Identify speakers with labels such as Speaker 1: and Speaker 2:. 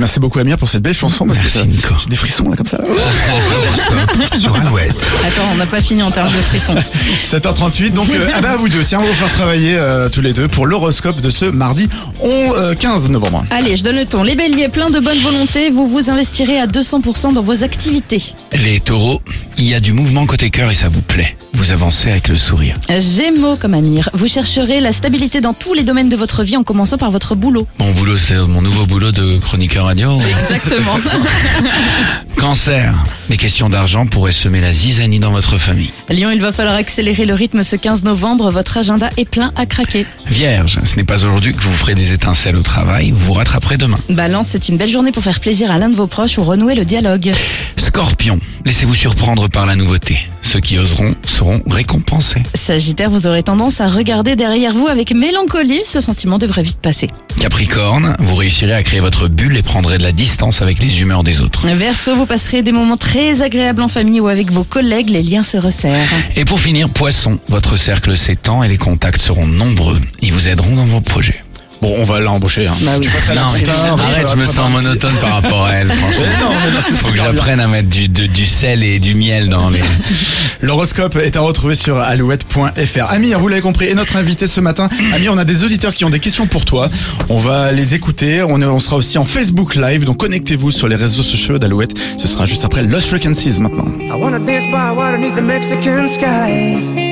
Speaker 1: Merci beaucoup Amir pour cette belle chanson. Parce
Speaker 2: Merci,
Speaker 1: que ça-
Speaker 2: Nico.
Speaker 1: J'ai des frissons là comme ça. là.
Speaker 2: sur Alouette.
Speaker 3: Attends, on n'a pas fini en termes de frissons.
Speaker 1: 7h38. Donc euh, ah bah à vous deux, tiens, on va vous faire travailler euh, tous les deux pour l'horoscope de ce mardi 11, euh, 15 novembre.
Speaker 3: Allez, je donne le ton. Les béliers, plein de bonne volonté, vous vous investirez à 200% dans vos activités.
Speaker 2: Les taureaux, il y a du mouvement côté cœur et ça vous plaît. Vous avancez avec le sourire.
Speaker 3: Gémeaux comme Amir, vous chercherez la stabilité dans tous les domaines de votre vie en commençant par votre boulot.
Speaker 2: Mon boulot, c'est mon nouveau boulot de chroniqueur radio.
Speaker 3: Exactement.
Speaker 2: Cancer, les questions d'argent pourraient semer la zizanie dans votre famille.
Speaker 3: Lyon, il va falloir accélérer le rythme ce 15 novembre, votre agenda est plein à craquer.
Speaker 2: Vierge, ce n'est pas aujourd'hui que vous ferez des étincelles au travail, vous vous rattraperez demain.
Speaker 3: Balance, c'est une belle journée pour faire plaisir à l'un de vos proches ou renouer le dialogue.
Speaker 2: Scorpion, laissez-vous surprendre par la nouveauté. Ceux qui oseront seront récompensés.
Speaker 3: Sagittaire, vous aurez tendance à regarder derrière vous avec mélancolie, ce sentiment devrait vite passer.
Speaker 2: Capricorne, vous réussirez à créer votre bulle et prendrez de la distance avec les humeurs des autres.
Speaker 3: Verseau, vous passerez des moments très agréables en famille ou avec vos collègues, les liens se resserrent.
Speaker 2: Et pour finir, Poisson, votre cercle s'étend et les contacts seront nombreux. Ils vous aideront dans vos projets.
Speaker 1: Bon, on va l'embaucher. Hein.
Speaker 3: Bah oui.
Speaker 1: Tu passes à la
Speaker 2: Non, mais
Speaker 1: compta, on va
Speaker 2: arrête, je me
Speaker 1: préparer
Speaker 2: sens
Speaker 1: un petit-
Speaker 2: monotone par rapport à elle, franchement.
Speaker 1: Mais non, mais non, c'est
Speaker 2: Faut que
Speaker 1: super bien.
Speaker 2: j'apprenne à mettre du, de- du sel et du miel dans les...
Speaker 1: L'horoscope est à retrouver sur alouette.fr. Amir, vous l'avez compris, et notre invité ce matin. Amir, on a des auditeurs qui ont des questions pour toi. On va les écouter. On, est- on sera aussi en Facebook Live, donc connectez-vous sur les réseaux sociaux d'Alouette. Ce sera juste après Lost Frequencies maintenant.
Speaker 4: I wanna dance by water beneath the Mexican sky.